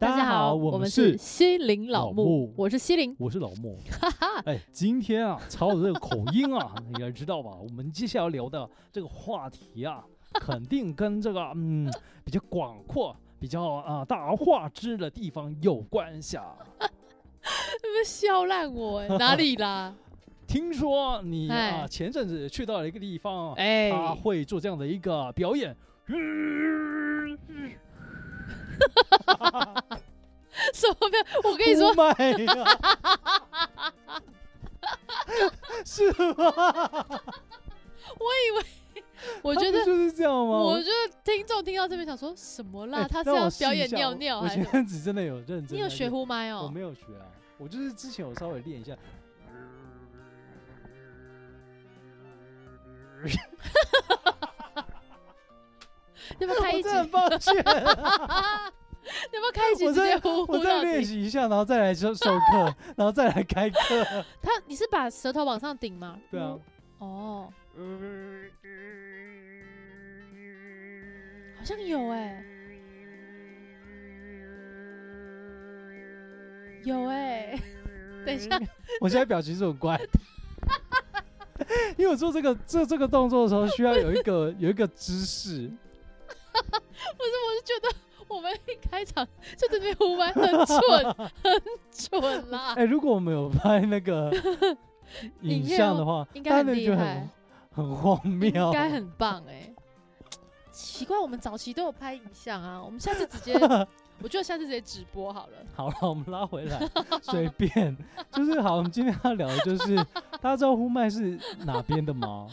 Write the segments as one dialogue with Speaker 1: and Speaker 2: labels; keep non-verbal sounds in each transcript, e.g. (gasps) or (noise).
Speaker 1: 好我
Speaker 2: 我
Speaker 1: 们是
Speaker 2: 是西林
Speaker 1: 老
Speaker 2: 木，
Speaker 1: 木
Speaker 2: 我是西林，
Speaker 1: 我是老
Speaker 2: (laughs)
Speaker 1: 莫。哎，今天啊，朝我这个口音啊， (laughs) 你应该知道吧？我们接下来聊的这个话题啊，肯定跟这个嗯比较广阔、比较啊、大而化之的地方有关系啊。
Speaker 2: 你们笑烂我、
Speaker 1: (laughs)
Speaker 2: 哎哪里啦？
Speaker 1: 听说你啊
Speaker 2: 哎
Speaker 1: 前阵子去到了一个地方，啊
Speaker 2: 哎，
Speaker 1: 他会做这样的一个表演。
Speaker 2: 什么没有？我跟你说，
Speaker 1: 妈呀！
Speaker 2: (laughs)
Speaker 1: 是吗？
Speaker 2: 我
Speaker 1: 他
Speaker 2: 觉
Speaker 1: 不
Speaker 2: 得，
Speaker 1: 就是这样吗？
Speaker 2: 我觉得听众听到这边想说什么啦？
Speaker 1: 哎
Speaker 2: 他是
Speaker 1: 让
Speaker 2: 要
Speaker 1: 我试
Speaker 2: 表
Speaker 1: 一
Speaker 2: 演
Speaker 1: 下
Speaker 2: 尿
Speaker 1: 我
Speaker 2: 尿
Speaker 1: 我
Speaker 2: 还是
Speaker 1: 前
Speaker 2: 什么？
Speaker 1: 阵子 (laughs) 真的有认真在练。
Speaker 2: 你有学呼麦
Speaker 1: 我
Speaker 2: 哦？
Speaker 1: 没有学啊，我就是之前有稍微练一下。
Speaker 2: 要不要
Speaker 1: (laughs)
Speaker 2: 开
Speaker 1: 我
Speaker 2: 一集？
Speaker 1: 真的很抱歉，
Speaker 2: (laughs) 要不要开一集
Speaker 1: 我
Speaker 2: 直接
Speaker 1: 在
Speaker 2: 呼呼
Speaker 1: 我再
Speaker 2: 到
Speaker 1: 练
Speaker 2: 底？
Speaker 1: 习一下，然后再来授授
Speaker 2: (laughs)
Speaker 1: 课，然后再来开课。
Speaker 2: 他你是把舌头往上顶吗？
Speaker 1: 对啊，
Speaker 2: 哦，好像有哎、有哎、等一下，
Speaker 1: 我现在表情是很
Speaker 2: (laughs)
Speaker 1: 怪的，因为我做这个做这个动作的时候，需要有一
Speaker 2: (laughs)
Speaker 1: 个有一个姿势。
Speaker 2: 不是，我是觉得我们一开场就在这边胡玩，很蠢，很
Speaker 1: (laughs)
Speaker 2: 蠢啦。
Speaker 1: 哎、如果我们有拍那个影
Speaker 2: 啊 (laughs) 影片
Speaker 1: 像
Speaker 2: 哦
Speaker 1: 的话，
Speaker 2: 应该
Speaker 1: 大家
Speaker 2: 很
Speaker 1: 会
Speaker 2: 厉
Speaker 1: 觉得
Speaker 2: 害
Speaker 1: 很，很荒谬，
Speaker 2: 应该很棒哎、奇怪，我们早期都有拍影像啊，我们下次直
Speaker 1: (laughs)
Speaker 2: 接，我觉得下次直接直播好了。
Speaker 1: 好了，我们拉回来，随便，就是好。我们今天要聊的就是，大家知道呼麦是哪边的吗？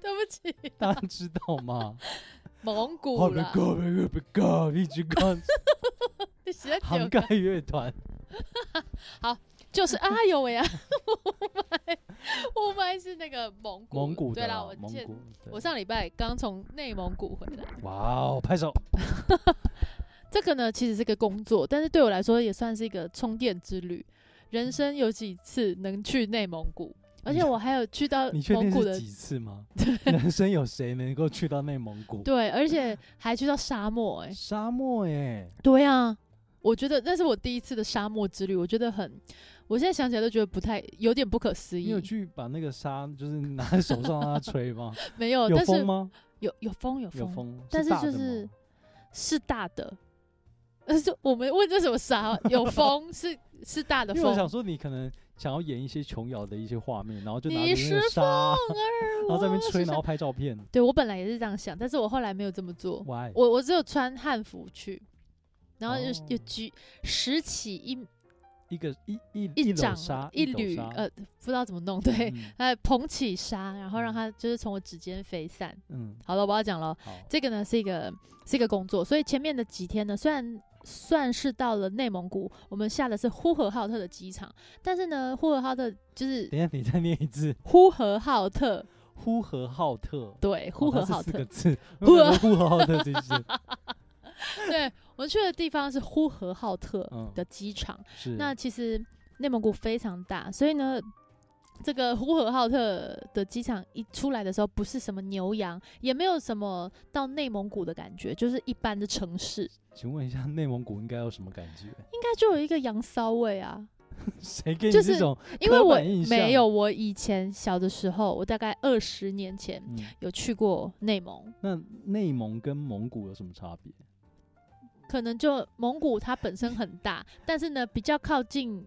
Speaker 2: 对不起，
Speaker 1: 大家知道吗？
Speaker 2: 蒙古啦，
Speaker 1: 一直
Speaker 2: (laughs)
Speaker 1: 看
Speaker 2: 你实在
Speaker 1: 涵
Speaker 2: 丢
Speaker 1: 盖乐团，
Speaker 2: 就是哎呦 (laughs) 喂啊，雾霾，雾霾是那个蒙古，
Speaker 1: 蒙古的
Speaker 2: 对啦，
Speaker 1: 啦，
Speaker 2: 我
Speaker 1: 蒙
Speaker 2: 见
Speaker 1: 古。对
Speaker 2: 我上礼拜刚从内蒙古回来，
Speaker 1: 哇哦，拍手！
Speaker 2: 这个呢其实是个工作，但是对我来说也算是一个充电之旅。人生有几次能去内蒙古，而且我还有去到
Speaker 1: 你确
Speaker 2: 呃蒙
Speaker 1: 定
Speaker 2: 古
Speaker 1: 是
Speaker 2: 的，
Speaker 1: 几次吗？ (laughs) 人生有谁能够去到内蒙古？
Speaker 2: 对，而且还去到沙漠、
Speaker 1: (laughs)
Speaker 2: 哎，
Speaker 1: 沙漠哎，
Speaker 2: 对啊，我觉得那是我第一次的沙漠之旅，我觉得很，我现在想起来都觉得不太有点不可思
Speaker 1: 你
Speaker 2: 议
Speaker 1: 有。去把那个沙就是拿在手上让它吹
Speaker 2: (laughs)
Speaker 1: 吗？
Speaker 2: 没有，
Speaker 1: 有
Speaker 2: 哦但
Speaker 1: 风
Speaker 2: 是
Speaker 1: 吗？
Speaker 2: 有有风有
Speaker 1: 有
Speaker 2: 风，
Speaker 1: 风，
Speaker 2: 但是
Speaker 1: 大
Speaker 2: 就
Speaker 1: 的
Speaker 2: 是
Speaker 1: 吗
Speaker 2: 是大的。 (laughs) 但是我们问这什么啥？
Speaker 1: (laughs)
Speaker 2: 有风是是大的
Speaker 1: 因为我想
Speaker 2: 风。
Speaker 1: 说，你可能想要演一些琼瑶的一些画面，然后就拿着
Speaker 2: 你
Speaker 1: 那
Speaker 2: 是
Speaker 1: 个
Speaker 2: 风
Speaker 1: 沙，
Speaker 2: 儿，
Speaker 1: 然后在那
Speaker 2: 我
Speaker 1: 边吹，
Speaker 2: 是
Speaker 1: 然后
Speaker 2: 沙
Speaker 1: 拍照片。
Speaker 2: 对我本来也是这样想，但是我后来没有这么做。
Speaker 1: Why？
Speaker 2: 我我只有穿汉服去，然后有有
Speaker 1: 哦
Speaker 2: 举拾起一
Speaker 1: 一个一一
Speaker 2: 一
Speaker 1: 篓
Speaker 2: 掌
Speaker 1: 沙，
Speaker 2: 一
Speaker 1: 斗
Speaker 2: 缕
Speaker 1: 沙
Speaker 2: 呃，，不知道怎么弄对，
Speaker 1: 嗯
Speaker 2: 呃，捧起沙，然后让
Speaker 1: 嗯
Speaker 2: 它就是从我指尖飞散。
Speaker 1: 嗯，
Speaker 2: 好了，我不要讲了。
Speaker 1: 好，
Speaker 2: 这个呢是一个是一个工作，所以前面的几天呢，虽然算是到了内蒙古，我们下的是呼和浩特的机场，但是呢，呼和浩特就是
Speaker 1: 等一下你再念一次，
Speaker 2: 呼和浩特，
Speaker 1: 呼和浩特，
Speaker 2: 对，
Speaker 1: 哦
Speaker 2: 呼和
Speaker 1: 它是
Speaker 2: 浩
Speaker 1: 四
Speaker 2: 特
Speaker 1: 个，字，
Speaker 2: 呼
Speaker 1: 呼
Speaker 2: 和
Speaker 1: (laughs) 呼和浩特这
Speaker 2: (laughs)
Speaker 1: 是，
Speaker 2: 对我去的地方是呼和浩特
Speaker 1: 嗯，
Speaker 2: 的机场。
Speaker 1: 是
Speaker 2: 那其实内蒙古非常大，所以呢。这个呼和浩特的机场一出来的时候，不是什么牛羊，也没有什么到内蒙古的感觉，就是一般的城市，应
Speaker 1: 请问一下，内蒙古应该有什么感觉？ (laughs)
Speaker 2: 该就有一个羊骚味啊。
Speaker 1: 谁给你
Speaker 2: 就是
Speaker 1: 这种？
Speaker 2: 因为
Speaker 1: 刻
Speaker 2: 我
Speaker 1: 板印象
Speaker 2: 没有，我以前小的时候，我大概二十年前 (laughs)
Speaker 1: 嗯，
Speaker 2: 有去过内蒙，
Speaker 1: 那内蒙跟蒙古有什么差别？
Speaker 2: 可能就蒙古它本身很大，但是呢比较靠近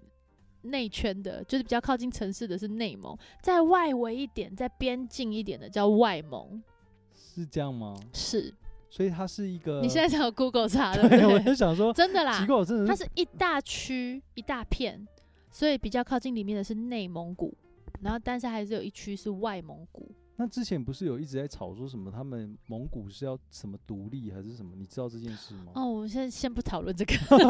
Speaker 2: 内圈的，就是比较靠近城市的是内蒙，在外围一点，在边境一点的叫外蒙。
Speaker 1: 是这样吗？
Speaker 2: 是、
Speaker 1: 所以它是一个，(laughs)
Speaker 2: 你现在想有 Google 查的，
Speaker 1: 呃对，我
Speaker 2: 对不
Speaker 1: 就
Speaker 2: 对
Speaker 1: 想说，
Speaker 2: 真的
Speaker 1: 奇
Speaker 2: 啦，
Speaker 1: 怪，我真的
Speaker 2: 它
Speaker 1: 是
Speaker 2: 是一大区一大片，所以比较靠近里面的是内蒙古，然后但是还是有一区是外蒙古。
Speaker 1: 那之前不是有一直在吵说什么他们蒙古是要什么独立还是什么？你知道这件事吗？
Speaker 2: 哦，我们现在先不讨论这个。
Speaker 1: (laughs)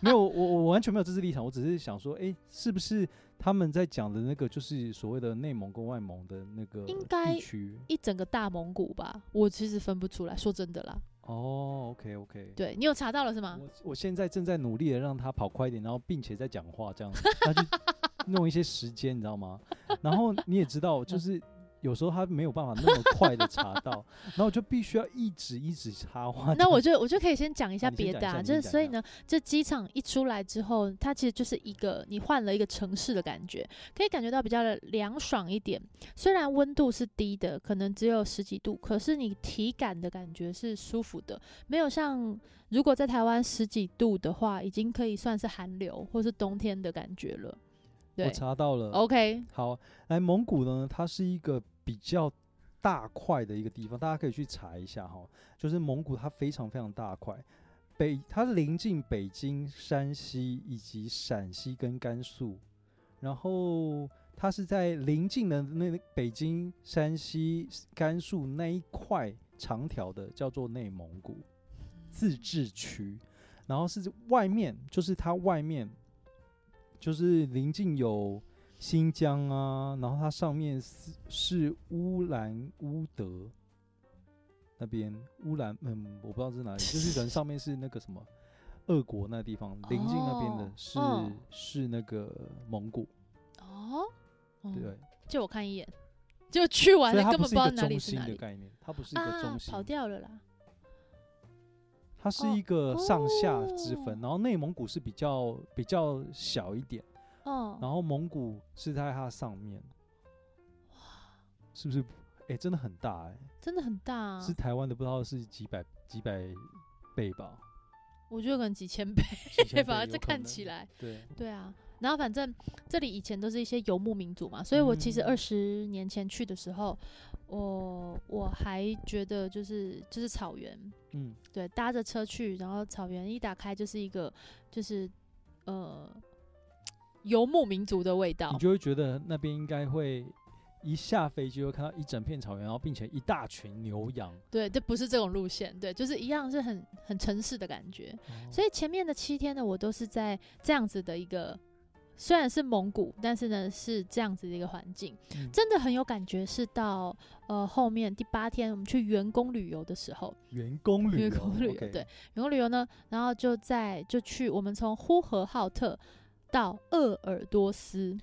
Speaker 1: 没有，我我完全没有政治立场，我只是想说，哎、是不是他们在讲的那个就是所谓的内蒙跟外蒙的那个
Speaker 2: 应该
Speaker 1: 地区？
Speaker 2: 一整个大蒙古吧，我其实分不出来。说真的啦，
Speaker 1: 哦，OK OK，
Speaker 2: 对啊你有查到了是吗？
Speaker 1: 我我现在正在努力的让他跑快一点，然后并且在讲话这样子，他去弄一些时间，你知道吗？然后你也知道，就是有时候他没有办法那么快的查到，然后我就必须要一直一直插话。
Speaker 2: 那我就我就可以先讲一下
Speaker 1: 啊你先
Speaker 2: 别
Speaker 1: 讲一下
Speaker 2: 的、
Speaker 1: 你
Speaker 2: 就
Speaker 1: 先
Speaker 2: 是
Speaker 1: 讲
Speaker 2: 所
Speaker 1: 一
Speaker 2: 以
Speaker 1: 下
Speaker 2: 呢，这机场一出来之后，它其实就是一个你换了一个城市的感觉，可以感觉到比较的凉爽一点。虽然温度是低的，可能只有十几度，可是你体感的感觉是舒服的，没有像如果在台湾十几度的话，已经可以算是寒流或是冬天的感觉了。
Speaker 1: 我
Speaker 2: 对哦
Speaker 1: 查到了。
Speaker 2: ，OK，
Speaker 1: 好，来蒙古呢，它是一个比较大块的一个地方，大家可以去查一下哈。就是蒙古它非常非常大块，北它临近北京、山西以及陕西跟甘肃，然后它是在临近的那北京、山西、甘肃那一块长条的叫做内蒙古自治区，然后是外面就是它外面就是临近有。新疆啊，然后它上面是是乌兰乌德那边，乌兰嗯，我不知道是哪里，就是可能上面是那个什么俄国那地方，临近那边
Speaker 2: 哦
Speaker 1: 的是、
Speaker 2: 嗯
Speaker 1: 是那个蒙古，
Speaker 2: 哦，嗯
Speaker 1: 对，，
Speaker 2: 借我看一眼， (laughs) 就去完
Speaker 1: 所以
Speaker 2: 了
Speaker 1: 它
Speaker 2: 根
Speaker 1: 不
Speaker 2: 本
Speaker 1: 是
Speaker 2: 不
Speaker 1: 一
Speaker 2: 知道
Speaker 1: 个
Speaker 2: 哪里
Speaker 1: 中
Speaker 2: 是
Speaker 1: 心
Speaker 2: 哪
Speaker 1: 的
Speaker 2: 里
Speaker 1: 概念，它不是一个
Speaker 2: 啊
Speaker 1: 中，心，
Speaker 2: 跑掉了啦。
Speaker 1: 它是
Speaker 2: 哦
Speaker 1: 一个上下之分，
Speaker 2: 哦
Speaker 1: 然后内蒙古是比较比较小一点，
Speaker 2: 哦，
Speaker 1: 然后蒙古是在它上面，是不是？哎、真的很大哎、
Speaker 2: 真的很大、啊，
Speaker 1: 是台湾的，不知道是几百几百倍吧，
Speaker 2: 我觉得可能几千倍 (laughs)
Speaker 1: 几千
Speaker 2: 吧，
Speaker 1: 倍
Speaker 2: 这
Speaker 1: 有可
Speaker 2: 看
Speaker 1: 能
Speaker 2: 起来，
Speaker 1: 对，
Speaker 2: 对啊。然后反正这里以前都是一些游牧民族嘛，所以我其实
Speaker 1: 嗯
Speaker 2: 二十年前去的时候，我我还觉得就是就是草原，
Speaker 1: 嗯，
Speaker 2: 对，搭着车去，然后草原一打开就是一个就是呃游牧民族的味道
Speaker 1: 你，就会觉得那边应该会一下飞机会看到一整片草原，然后并且一大群牛羊，
Speaker 2: 对，这不是这种路线，对，就是一样是很很城市的感觉。所
Speaker 1: 以
Speaker 2: 以前面的七天呢，我都是在这样子的一个，虽然是蒙古，但是呢是这样子的一个环境，
Speaker 1: 嗯
Speaker 2: 真的很有感觉。是到呃后面第八天，我们去员工旅游的时候，
Speaker 1: 员工旅游，
Speaker 2: 员工旅游
Speaker 1: OK
Speaker 2: 对，员工旅游呢，然后就在就去我们从呼和浩特到鄂尔多斯，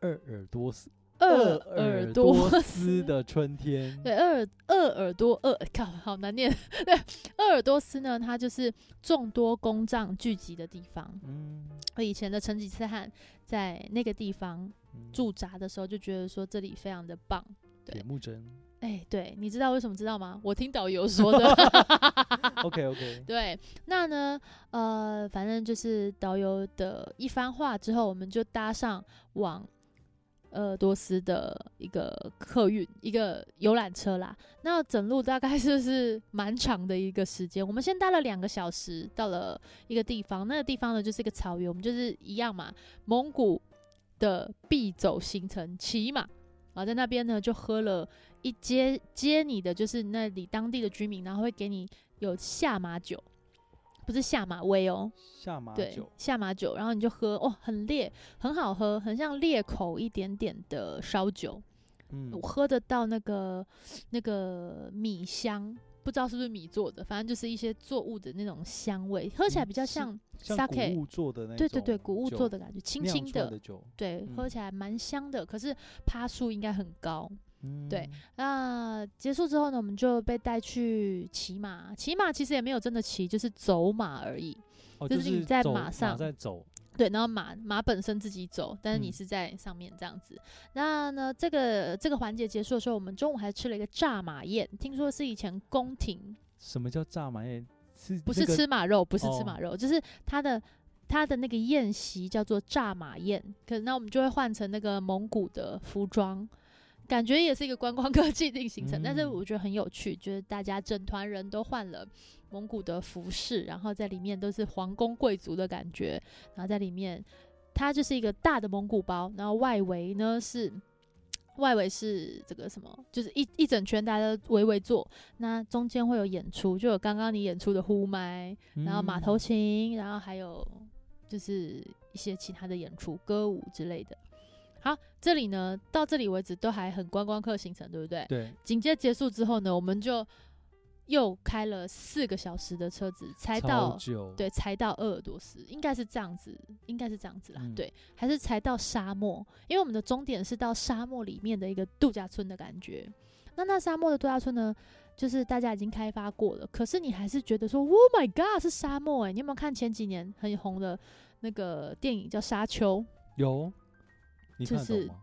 Speaker 1: 鄂尔多斯，
Speaker 2: 鄂
Speaker 1: 尔
Speaker 2: 尔
Speaker 1: 多
Speaker 2: 多
Speaker 1: 斯的春天，
Speaker 2: 对，，鄂尔鄂尔多鄂，靠，好难念。 (laughs) 对，鄂尔多斯呢，它就是众多公帐聚集的地方。
Speaker 1: 嗯，
Speaker 2: 我以前的成吉思汗在那个地方
Speaker 1: 嗯
Speaker 2: 驻扎的时候，就觉得说这里非常的棒。对
Speaker 1: 铁木真
Speaker 2: 哎，对，你知道为什么知道吗？我听导游说 (laughs) 的。
Speaker 1: ，OK OK，
Speaker 2: 啊对，那呢，呃，反正就是导游的一番话之后，我们就搭上往鄂尔多斯的一个客运一个游览车啦。那整路大概 (laughs) 就是蛮长的一个时间，我们先搭了两个小时，到了一个地方，那个地方呢就是一个草原，我们就是一样嘛，蒙古的必走行程，骑马。然后在那边呢，就喝了一接接你的，就是那里当地的居民，然后会给你有下马酒，不是下马威哦，
Speaker 1: 下马
Speaker 2: 对
Speaker 1: 酒，，
Speaker 2: 下马酒，然后你就喝，哦，很烈，很好喝，很像烈口一点点的烧酒，
Speaker 1: 嗯
Speaker 2: 我喝得到那个那个米香，不知道是不是米做的，反正就是一些作物的那种香味，喝起来
Speaker 1: 嗯
Speaker 2: 比较
Speaker 1: 是
Speaker 2: 像，
Speaker 1: 像谷
Speaker 2: sake
Speaker 1: 物做的那种，
Speaker 2: 对对对，谷物做的感觉，轻
Speaker 1: 酿
Speaker 2: 轻
Speaker 1: 出来
Speaker 2: 的，
Speaker 1: 的酒，
Speaker 2: 对，喝
Speaker 1: 嗯
Speaker 2: 起来蛮香的，可是趴数应该很高。
Speaker 1: 嗯，
Speaker 2: 对那结束之后呢，我们就被带去骑马，骑马其实也没有真的骑，就是走马而已。
Speaker 1: 哦，
Speaker 2: 就
Speaker 1: 就是
Speaker 2: 你在
Speaker 1: 走
Speaker 2: 马上
Speaker 1: 在走，
Speaker 2: 对，然后马马本身自己走，但是你
Speaker 1: 嗯
Speaker 2: 是在上面这样子。那呢，这个这个环节结束的时候，我们中午还吃了一个炸马宴，听说是以前宫廷，
Speaker 1: 什么叫炸马宴？是
Speaker 2: 不
Speaker 1: 那
Speaker 2: 是
Speaker 1: 个
Speaker 2: 吃马肉，不是
Speaker 1: 哦
Speaker 2: 吃马肉，就是它的它的那个宴席叫做炸马宴。可那我们就会换成那个蒙古的服装。感觉也是一个观光客既定行程，但是
Speaker 1: 嗯
Speaker 2: 我觉得很有趣，就是大家整团人都换了蒙古的服饰，然后在里面都是皇宫贵族的感觉，然后在里面它就是一个大的蒙古包，然后外围呢是外围是这个什么，就是一一整圈大家都围围坐，那中间会有演出，就有刚刚你演出的呼麦，然后马头
Speaker 1: 嗯
Speaker 2: 琴，然后还有就是一些其他的演出、歌舞之类的。好，这里呢到这里为止都还很观光客行程，对不对？
Speaker 1: 对，
Speaker 2: 紧接着结束之后呢，我们就又开了四个小时的车子才
Speaker 1: 超
Speaker 2: 到，
Speaker 1: 久，
Speaker 2: 对，才到鄂尔多斯，应该是这样子，应该是这样子啦，
Speaker 1: 嗯
Speaker 2: 对，还是才到沙漠，因为我们的终点是到沙漠里面的一个度假村的感觉。那那沙漠的度假村呢，就是大家已经开发过了，可是你还是觉得说，Oh my God，是沙漠哎、你有没有看前几年很红的那个电影叫《沙丘》？
Speaker 1: 有，你
Speaker 2: 就
Speaker 1: 看得懂
Speaker 2: 是
Speaker 1: 吗？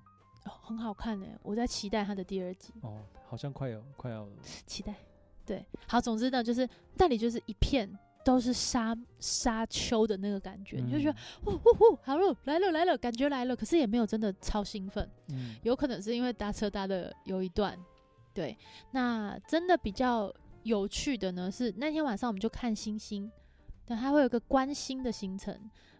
Speaker 2: 哦很好看哎、我在期待它的第二季，
Speaker 1: 哦，好像快要快要了，
Speaker 2: 期待。对，好，总之呢，就是那里就是一片都是沙沙丘的那个感觉，你就觉得
Speaker 1: 得，
Speaker 2: 呼呼呼，哦好了，来了来了，感觉来了，可是也没有真的超兴奋，
Speaker 1: 嗯，
Speaker 2: 有可能是因为搭车搭的有一段。对，那真的比较有趣的呢，是那天晚上我们就看星星，对，它会有一个观星的行程。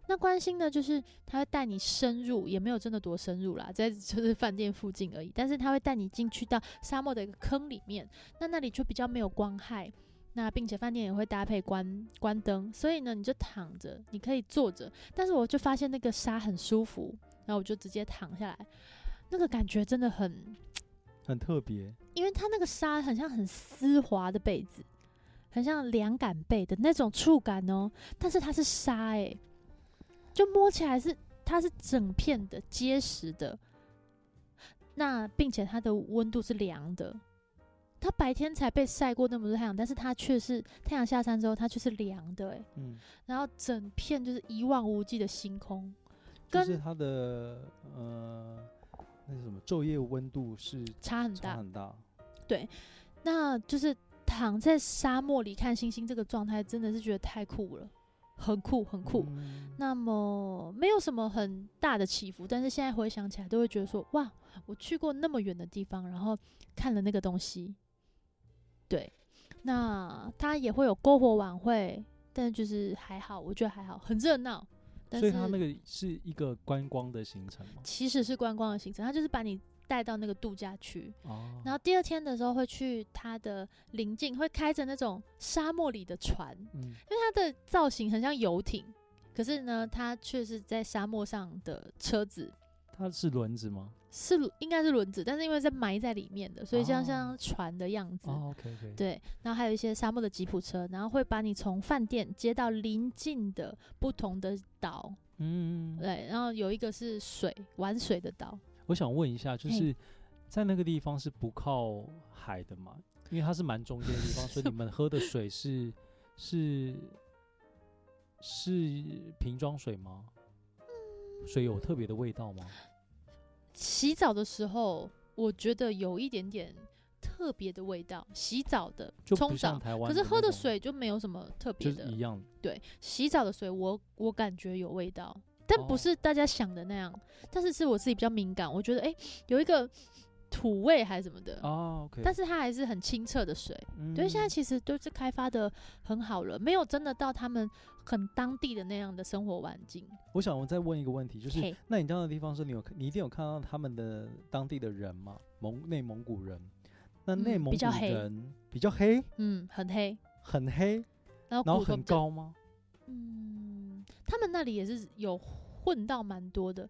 Speaker 2: 那观星呢，就是它会带你深入，也没有真的多深入啦，在 (laughs) 就是饭店附近而已。但是它会带你进去到沙漠的一个坑里面，那那里就比较没有光害。那并且饭店也会搭配关关灯，所以呢，你就躺着，你可以坐着，但是我就发现那个沙很舒服，然后我就直接躺下来，那个感觉真的很，
Speaker 1: 很特别，
Speaker 2: 因为它那个沙很像很丝滑的被子，很像凉感被的那种触感哦，但是它是沙诶、就摸起来是它是整片的结实的，那并且它的温度是凉的。它白天才被晒过那么多太阳，但是它却是太阳下山之后，它却是凉的、诶，
Speaker 1: 嗯，
Speaker 2: 然后整片就是一望无际的星空，
Speaker 1: 就
Speaker 2: 跟
Speaker 1: 是它的呃，那是什么昼夜温度是
Speaker 2: 差很大
Speaker 1: 差。很大，
Speaker 2: 那就是躺在沙漠里看星星这个状态，真的是觉得太酷了，很酷很酷。
Speaker 1: 嗯
Speaker 2: 那么没有什么很大的起伏，但是现在回想起来，都会觉得说，哇，我去过那么远的地方，然后看了那个东西。对，那它也会有篝火晚会，但就是还好，我觉得还好，很热闹。但
Speaker 1: 所
Speaker 2: 是
Speaker 1: 以它那个是一个观光的行程
Speaker 2: (laughs)
Speaker 1: 嘛，
Speaker 2: 其实是观光的行程，它就是把你带到那个度假区，
Speaker 1: 哦，
Speaker 2: 然后第二天的时候会去它的邻近，会开着那种沙漠里的船，
Speaker 1: 嗯，
Speaker 2: 因为它的造型很像游艇，可是呢，它却是在沙漠上的车子，
Speaker 1: 它是轮子吗？
Speaker 2: 是应该是轮子，但是因为在埋在里面的，所以像
Speaker 1: 哦
Speaker 2: 像船的样子。
Speaker 1: 哦，OK OK，，
Speaker 2: 嗯对，然后还有一些沙漠的吉普车，然后会把你从饭店接到邻近的不同的岛，
Speaker 1: 嗯，
Speaker 2: 对，然后有一个是水玩水的岛，
Speaker 1: 我想问一下，就
Speaker 2: 嘿
Speaker 1: 是在那个地方是不靠海的嘛？因为它是蛮中间的地方，所以你们喝的水是是是瓶装水吗？水有特别的味道吗？
Speaker 2: 洗澡的时候，我觉得有一点点特别的味道，洗澡的
Speaker 1: 就
Speaker 2: 冲
Speaker 1: 不像
Speaker 2: 澡，
Speaker 1: 台湾，
Speaker 2: 可是喝的水就没有什么特
Speaker 1: 就
Speaker 2: 别
Speaker 1: 是
Speaker 2: 的
Speaker 1: 一。样，
Speaker 2: 对，洗澡的水我我感觉有味道，但
Speaker 1: 哦
Speaker 2: 不是大家想的那样，但是是我自己比较敏感，我觉得诶有一个土味还是什么的。
Speaker 1: 哦，OK。
Speaker 2: 但是它还是很清澈的水，
Speaker 1: 嗯
Speaker 2: 对，现在其实都是开发的很好了，没有真的到他们很当地的那样的生活环境。
Speaker 1: 我想我再问一个问题，就是
Speaker 2: 嘿
Speaker 1: 那你到的地方是你有你一定有看到他们的当地的人嘛？蒙内蒙古人，那
Speaker 2: 嗯
Speaker 1: 内蒙
Speaker 2: 比较
Speaker 1: 古
Speaker 2: 黑
Speaker 1: 人比较黑，
Speaker 2: 嗯，很黑，
Speaker 1: 很黑，
Speaker 2: 然后
Speaker 1: 然后
Speaker 2: 哦骨头
Speaker 1: 很
Speaker 2: 比较
Speaker 1: 高吗？
Speaker 2: 嗯，他们那里也是有混到蛮多的，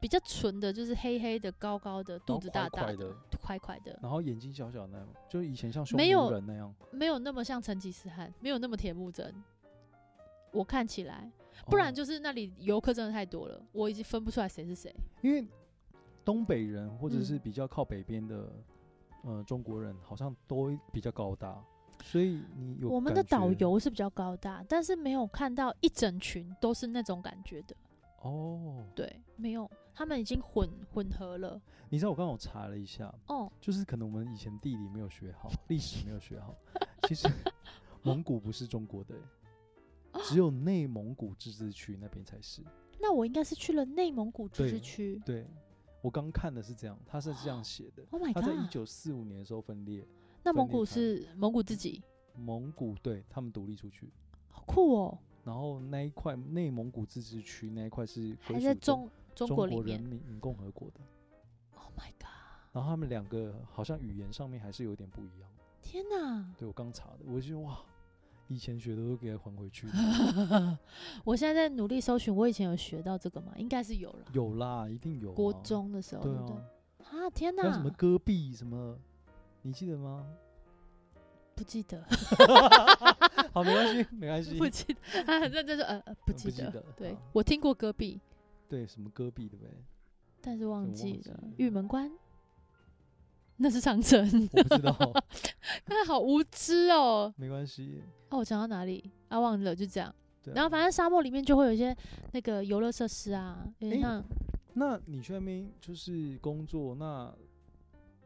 Speaker 2: 比较纯的就是黑黑的、高高的、肚子大大
Speaker 1: 块的
Speaker 2: 块块的，
Speaker 1: 然后眼睛小小那样，就以前像匈
Speaker 2: 没
Speaker 1: 奴
Speaker 2: 有
Speaker 1: 人那样，
Speaker 2: 没有那么像成吉思汗，没有那么铁木真。我看起来，不然
Speaker 1: 哦
Speaker 2: 就是那里游客真的太多了，我已经分不出来谁是谁。
Speaker 1: 因为东北人或者
Speaker 2: 嗯
Speaker 1: 是比较靠北边的、呃中国人，好像都比较高大，所以你有
Speaker 2: 我们的
Speaker 1: 感
Speaker 2: 导
Speaker 1: 觉
Speaker 2: 游是比较高大，但是没有看到一整群都是那种感觉的，
Speaker 1: 哦，
Speaker 2: 对，没有，他们已经混混合了。
Speaker 1: 你知道我刚刚有查了一下，
Speaker 2: 哦，
Speaker 1: 就是可能我们以前地理没有学好，历史没有学好，其
Speaker 2: (laughs)
Speaker 1: 实蒙古不是中国的欸、只有内蒙古自治区那边才是。
Speaker 2: 那我应该是去了内蒙古自治
Speaker 1: 对
Speaker 2: 区。
Speaker 1: 对，我刚看的是这样，他是这样写的。
Speaker 2: (gasps) Oh my
Speaker 1: 他在一
Speaker 2: god！
Speaker 1: 九四五年的时候分裂，
Speaker 2: 那
Speaker 1: 分
Speaker 2: 蒙
Speaker 1: 裂
Speaker 2: 古
Speaker 1: 开
Speaker 2: 是蒙古自己，
Speaker 1: 蒙古对他们独立出去，
Speaker 2: 好酷哦，
Speaker 1: 然后那一块内蒙古自治区那一块是归
Speaker 2: 还
Speaker 1: 属
Speaker 2: 在
Speaker 1: 中
Speaker 2: 中中
Speaker 1: 国
Speaker 2: 国里
Speaker 1: 人
Speaker 2: 面。
Speaker 1: 民共和国的。
Speaker 2: Oh my god！
Speaker 1: 然后他们两个好像语言上面还是有点不一样。
Speaker 2: 天哪！ (laughs)
Speaker 1: 对我刚查的，我就觉得哇，以前学的都给它还回去。
Speaker 2: 我现在在努力搜寻，我以前有学到这个吗？应该是有了，
Speaker 1: 有啦，一定有、啊。
Speaker 2: 国中的时候。
Speaker 1: 对
Speaker 2: 不
Speaker 1: 啊，
Speaker 2: 啊，天
Speaker 1: 还有什
Speaker 2: 哪 (laughs)
Speaker 1: 么！戈壁什么，你记得吗？
Speaker 2: 不记得，
Speaker 1: 好，没关系，没关系
Speaker 2: 不，记得，他很认真说，呃，呃不记
Speaker 1: 嗯不记
Speaker 2: 得。
Speaker 1: 得啊
Speaker 2: 对
Speaker 1: 好，
Speaker 2: 我听过戈壁，
Speaker 1: 对，什么戈壁对不对？
Speaker 2: 但是忘
Speaker 1: 忘
Speaker 2: 记
Speaker 1: 记
Speaker 2: 了
Speaker 1: 了
Speaker 2: 玉门关，那是长城。
Speaker 1: 我不知道，
Speaker 2: (laughs) 他好无知哦。
Speaker 1: 没关系。
Speaker 2: 哦，我讲到哪里啊？忘了，就这样。
Speaker 1: 对啊
Speaker 2: 然后反正沙漠里面就会有一些那个游乐设施啊，有点
Speaker 1: 诶
Speaker 2: 像、
Speaker 1: 那你去那边就是工作，那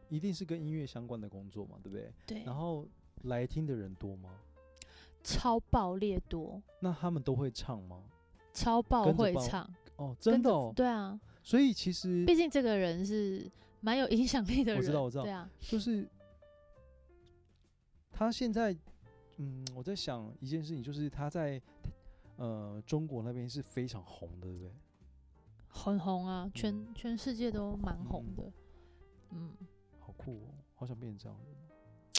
Speaker 1: 一定是跟音乐相关的工作嘛，对不对？
Speaker 2: 对，
Speaker 1: 然后来听的人多吗？
Speaker 2: 超爆裂多，
Speaker 1: 那他们都会唱吗？
Speaker 2: 超爆
Speaker 1: 跟着
Speaker 2: 会
Speaker 1: 爆
Speaker 2: 唱，
Speaker 1: 哦，真
Speaker 2: 跟
Speaker 1: 的
Speaker 2: 着
Speaker 1: 哦。
Speaker 2: 对啊，
Speaker 1: 所以其实
Speaker 2: 毕竟这个人是蛮有影响力的人，
Speaker 1: 我知道我知道
Speaker 2: 对啊，
Speaker 1: 就是他现在，嗯，我在想一件事情，就是他在呃中国那边是非常红的，对不对？
Speaker 2: 很红啊，
Speaker 1: 嗯
Speaker 2: 全全世界都蛮红的。嗯，
Speaker 1: 好酷哦，好想变成这样的人哦，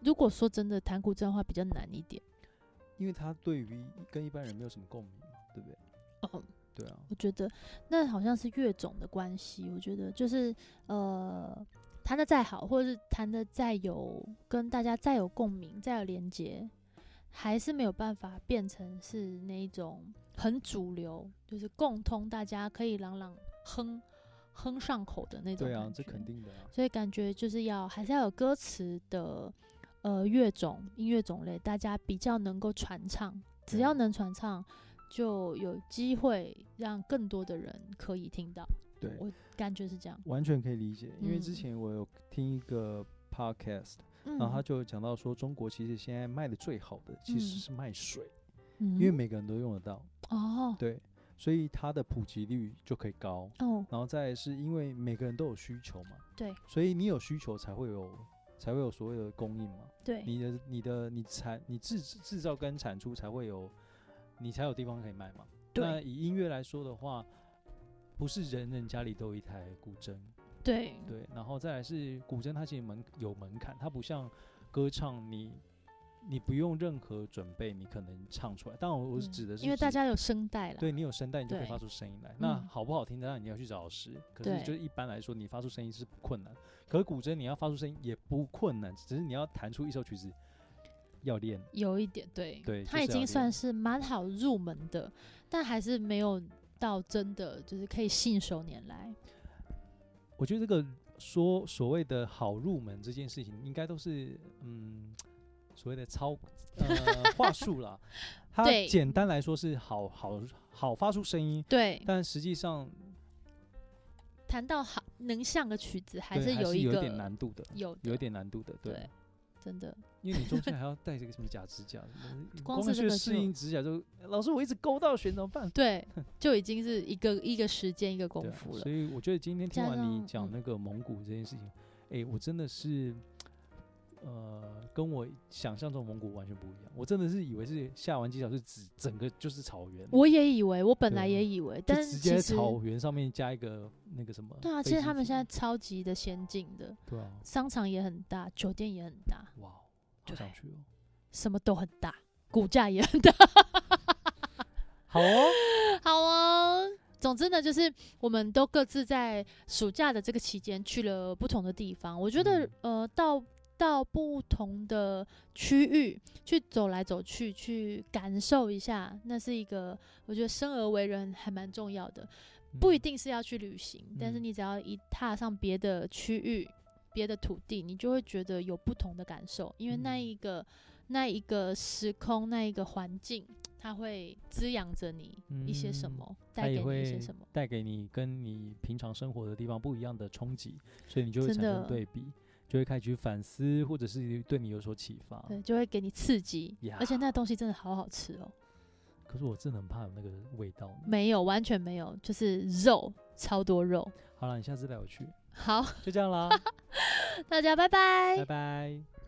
Speaker 2: 如果说真的弹古筝的话，比较难一点。
Speaker 1: 因为他对于跟一般人没有什么共鸣嘛，对不对？
Speaker 2: 哦，
Speaker 1: 对啊，
Speaker 2: 我觉得那好像是乐种的关系，我觉得就是呃，弹的再好，或者是弹的再有跟大家再有共鸣、再有连接，还是没有办法变成是那一种很主流，就是共通大家可以朗朗哼哼上口的那种
Speaker 1: 对
Speaker 2: 感觉。
Speaker 1: 啊，这肯定的啊。
Speaker 2: 所以感觉就是要还是要有歌词的呃乐种音乐种类，大家比较能够传唱，只
Speaker 1: 对
Speaker 2: 要能传唱，就有机会让更多的人可以听到。
Speaker 1: 对，
Speaker 2: 我感觉是这样。
Speaker 1: 完全可以理解，因为之
Speaker 2: 嗯
Speaker 1: 前我有听一个 podcast，、
Speaker 2: 嗯
Speaker 1: 然后他就讲到说，中国其实现在卖的最好的其实
Speaker 2: 嗯
Speaker 1: 是卖水，
Speaker 2: 因
Speaker 1: 因为每个人都用得到，
Speaker 2: 嗯哦
Speaker 1: 对，所以它的普及率就可以高。
Speaker 2: 哦
Speaker 1: 然后再来是因为每个人都有需求嘛，
Speaker 2: 对
Speaker 1: 所以你有需求才会有才会有所谓的供应嘛，
Speaker 2: 对
Speaker 1: 你的你的你产你制制造跟产出才会有，你才有地方可以卖嘛。那
Speaker 2: 对
Speaker 1: 以音乐来说的话，不是人人家里都有一台古筝，
Speaker 2: 对
Speaker 1: 对，然后再来是古筝，它其实门有门槛，它不像歌唱你。你不用任何准备，你可能唱出来。但我我是
Speaker 2: 嗯
Speaker 1: 指的是指，
Speaker 2: 因为大家有声带了，
Speaker 1: 对你有声带，你就可以
Speaker 2: 对
Speaker 1: 发出声音来。那
Speaker 2: 嗯
Speaker 1: 好不好听的，当然你要去找老师。可是
Speaker 2: 对
Speaker 1: 就一般来说，你发出声音是不困难。可是古筝你要发出声音也不困难，只是你要弹出一首曲子要练。
Speaker 2: 有一点对，
Speaker 1: 对就
Speaker 2: 它
Speaker 1: 是要
Speaker 2: 已经
Speaker 1: 练
Speaker 2: 算是蛮好入门的，但还是没有到真的就是可以信手拈来。
Speaker 1: 我觉得这个说所谓的好入门这件事情，应该都是嗯所谓的操呃话术
Speaker 2: (laughs)
Speaker 1: 啦。它
Speaker 2: 对
Speaker 1: 简单来说是好好好发出声音，
Speaker 2: 对，
Speaker 1: 但实际上
Speaker 2: 弹到好能像个曲子，还
Speaker 1: 对
Speaker 2: 是有一
Speaker 1: 有
Speaker 2: 个
Speaker 1: 点难度的，
Speaker 2: 有的
Speaker 1: 有一点难度的，对。
Speaker 2: 对，真的
Speaker 1: 因为你中间还要带这个什么假指甲，什么
Speaker 2: (laughs) 光
Speaker 1: 光
Speaker 2: 是这
Speaker 1: 去
Speaker 2: 个
Speaker 1: 适
Speaker 2: 就
Speaker 1: 应指甲就，老师我一直勾到弦怎么
Speaker 2: (laughs)
Speaker 1: 办？啊 (laughs)
Speaker 2: 对，就已经是一个一个时间一个
Speaker 1: 对
Speaker 2: 功
Speaker 1: 啊
Speaker 2: 夫了
Speaker 1: 所。以我觉得今天听
Speaker 2: 加
Speaker 1: 完你
Speaker 2: 上
Speaker 1: 讲
Speaker 2: 嗯
Speaker 1: 那个蒙古这件事情，哎、我真的是，呃，跟我想象中蒙古完全不一样。我真的是以为是下完犄角是指整个就是草原，
Speaker 2: 我也以为，我本
Speaker 1: 对啊
Speaker 2: 来也以为，
Speaker 1: 就
Speaker 2: 但
Speaker 1: 直
Speaker 2: 其
Speaker 1: 接在
Speaker 2: 实
Speaker 1: 草原上面加一个那个什么飞机
Speaker 2: 对
Speaker 1: 坪。
Speaker 2: 啊，其实他们现在超级的先进的，
Speaker 1: 对啊，
Speaker 2: 商场也很大，酒店也很大，
Speaker 1: 哇，好想去哦。
Speaker 2: 什么都很大，股价也很大。
Speaker 1: 好哦，
Speaker 2: 好哦。总之呢，就是我们都各自在暑假的这个期间去了不同的地方。我觉得，
Speaker 1: 嗯
Speaker 2: 呃，到到不同的区域去走来走去，去感受一下，那是一个我觉得生而为人还蛮重要的。不一
Speaker 1: 嗯
Speaker 2: 定是要去旅行，但是
Speaker 1: 嗯
Speaker 2: 你只要一踏上别的区域、别的土地，你就会觉得有不同的感受，因为那
Speaker 1: 嗯
Speaker 2: 一个、那一个时空、那一个环境，它会滋养着你一些什
Speaker 1: 嗯
Speaker 2: 么，
Speaker 1: 它
Speaker 2: 带
Speaker 1: 也
Speaker 2: 给你一
Speaker 1: 会
Speaker 2: 些什么。
Speaker 1: 带给你跟你平常生活的地方不一样的冲击，所以你就会
Speaker 2: 真
Speaker 1: 产生
Speaker 2: 的
Speaker 1: 对比，就会开始去反思，或者是对你有所启发。
Speaker 2: 对，就会给你刺激而且那
Speaker 1: 哦呀
Speaker 2: 东西真的好好吃哦。
Speaker 1: 可是我真的很怕有那个味道呢。
Speaker 2: 没有，完全没有，就是肉，超多肉。
Speaker 1: 好了，你下次带我去，
Speaker 2: 好， (laughs)
Speaker 1: 就这样啦，
Speaker 2: 大家拜拜
Speaker 1: 拜拜。